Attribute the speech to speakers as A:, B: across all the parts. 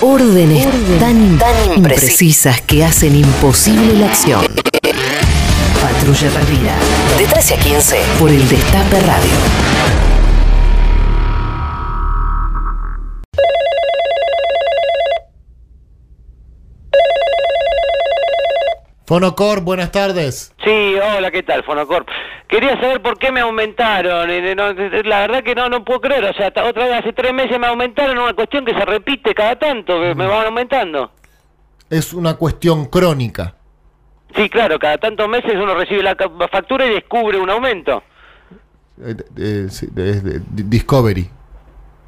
A: órdenes, tan, tan imprecisas que hacen imposible la acción. Patrulla perdida. De 13 a 15. Por el Destape Radio.
B: Fonocor, buenas tardes.
C: Sí, hola, ¿qué tal, Fonocorp? Quería saber por qué me aumentaron. eh, no, eh, la verdad que no no puedo creer. O sea, ta- otra vez hace tres meses me aumentaron una cuestión que se repite cada tanto, que me van aumentando.
B: Es una cuestión crónica.
C: Sí, claro, cada tantos meses uno recibe la ca- factura y descubre un aumento.
B: Eh, eh, sí, es de- di- Discovery.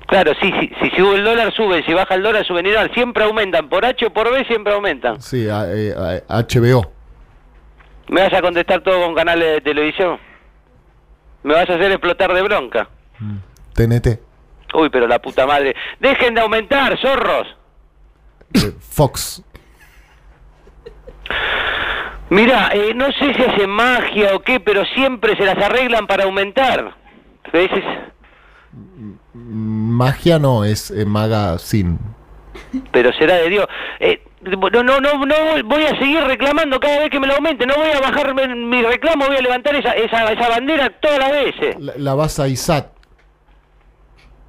C: Claro, sí, sí, sí, si sube el dólar sube, si baja el dólar sube, ni nada, siempre aumentan, por H o por B siempre aumentan.
B: Sí, a- eh, a- HBO.
C: ¿Me vas a contestar todo con canales de televisión? ¿Me vas a hacer explotar de bronca?
B: TNT.
C: Uy, pero la puta madre. Dejen de aumentar, zorros.
B: eh, Fox.
C: Mira, eh, no sé si hacen magia o qué, pero siempre se las arreglan para aumentar. ¿Ves? Es-
B: Magia no, es eh, Magazine.
C: Pero será de Dios. Eh, no, no, no, no voy- voy a seguir reclamando cada vez que me lo aumenten. No voy a bajar mi- mi reclamo, voy a levantar esa, esa, esa bandera todas las veces.
B: La, la vas a ISAT.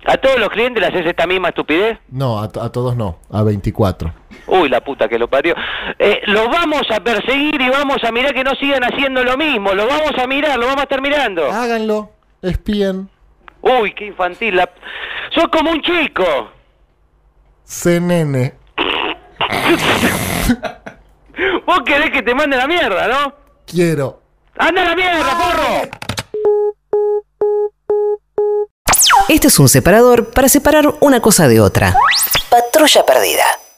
C: ¿A todos los clientes les haces esta misma estupidez?
B: No, a, to- a todos no, a 24.
C: Uy, la puta que lo parió. Eh, los vamos a perseguir y vamos a mirar que no sigan haciendo lo mismo. Lo vamos a mirar, lo vamos a estar mirando.
B: Háganlo, espíen.
C: Uy, qué infantil. La... Sos como un chico.
B: CNN.
C: Vos querés que te mande la mierda, ¿no?
B: Quiero.
C: ¡Anda a la mierda, porro!
A: Este es un separador para separar una cosa de otra. Patrulla perdida.